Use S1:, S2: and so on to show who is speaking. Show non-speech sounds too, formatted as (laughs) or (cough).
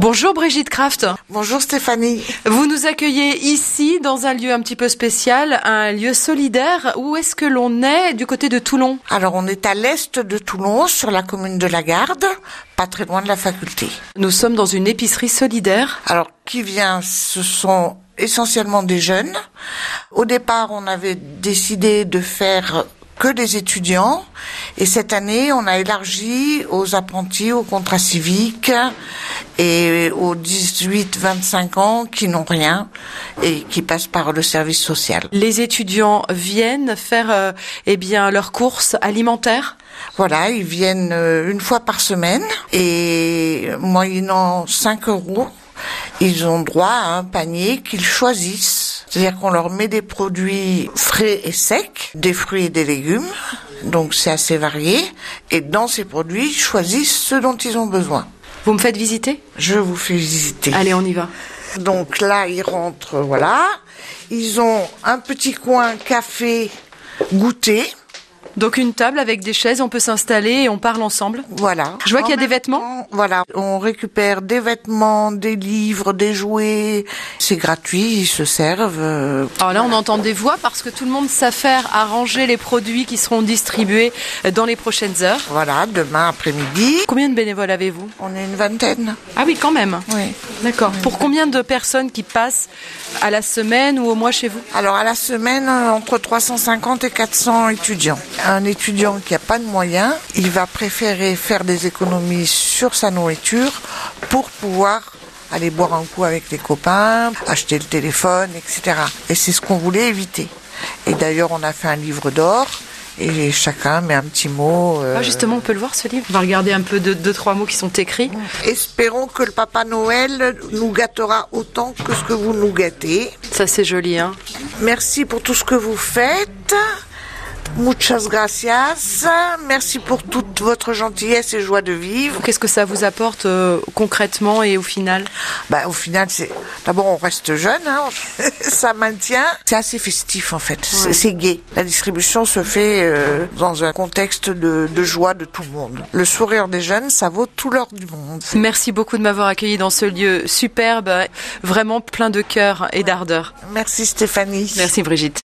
S1: Bonjour Brigitte Kraft.
S2: Bonjour Stéphanie.
S1: Vous nous accueillez ici dans un lieu un petit peu spécial, un lieu solidaire. Où est-ce que l'on est du côté de Toulon
S2: Alors on est à l'est de Toulon, sur la commune de la Garde, pas très loin de la faculté.
S1: Nous sommes dans une épicerie solidaire.
S2: Alors qui vient, ce sont essentiellement des jeunes. Au départ, on avait décidé de faire que des étudiants. Et cette année, on a élargi aux apprentis, aux contrats civiques et aux 18-25 ans qui n'ont rien et qui passent par le service social.
S1: Les étudiants viennent faire euh, eh bien leurs courses alimentaires.
S2: Voilà, ils viennent euh, une fois par semaine et moyennant 5 euros, ils ont droit à un panier qu'ils choisissent. C'est-à-dire qu'on leur met des produits frais et secs, des fruits et des légumes, donc c'est assez varié, et dans ces produits, ils choisissent ce dont ils ont besoin.
S1: Vous me faites visiter
S2: Je vous fais visiter.
S1: Allez, on y va.
S2: Donc là, ils rentrent, voilà. Ils ont un petit coin café goûter.
S1: Donc une table avec des chaises, on peut s'installer et on parle ensemble.
S2: Voilà.
S1: Je vois qu'il y a
S2: En
S1: des
S2: même
S1: vêtements.
S2: temps, Voilà. On récupère des vêtements, des livres, des jouets. C'est gratuit, ils se servent. euh,
S1: Alors là, on entend des voix parce que tout le monde s'affaire à ranger les produits qui seront distribués dans les prochaines heures.
S2: Voilà, demain après-midi.
S1: Combien de bénévoles avez-vous
S2: On est une vingtaine.
S1: Ah oui, quand même.
S2: Oui.
S1: D'accord. Pour combien de personnes qui passent à la semaine ou au mois chez vous
S2: Alors à la semaine, euh, entre 350 et 400 étudiants. Un étudiant qui n'a pas de moyens, il va préférer faire des économies sur sa nourriture pour pouvoir aller boire un coup avec les copains, acheter le téléphone, etc. Et c'est ce qu'on voulait éviter. Et d'ailleurs, on a fait un livre d'or et chacun met un petit mot. euh,
S1: Ah, Justement, on peut le voir ce livre. On va regarder un peu de deux, trois mots qui sont écrits.
S2: Espérons que le Papa Noël nous gâtera autant que ce que vous nous gâtez.
S1: Ça, c'est joli, hein
S2: Merci pour tout ce que vous faites. Muchas gracias. Merci pour toute votre gentillesse et joie de vivre.
S1: Qu'est-ce que ça vous apporte euh, concrètement et au final
S2: Bah, au final, c'est d'abord on reste jeune, hein. (laughs) ça maintient. C'est assez festif en fait. C'est- C'est gai. La distribution se fait euh, dans un contexte de, de joie de tout le monde. Le sourire des jeunes, ça vaut tout l'or du monde.
S1: Merci beaucoup de m'avoir accueilli dans ce lieu superbe, vraiment plein de cœur et d'ardeur.
S2: Merci Stéphanie.
S1: Merci Brigitte.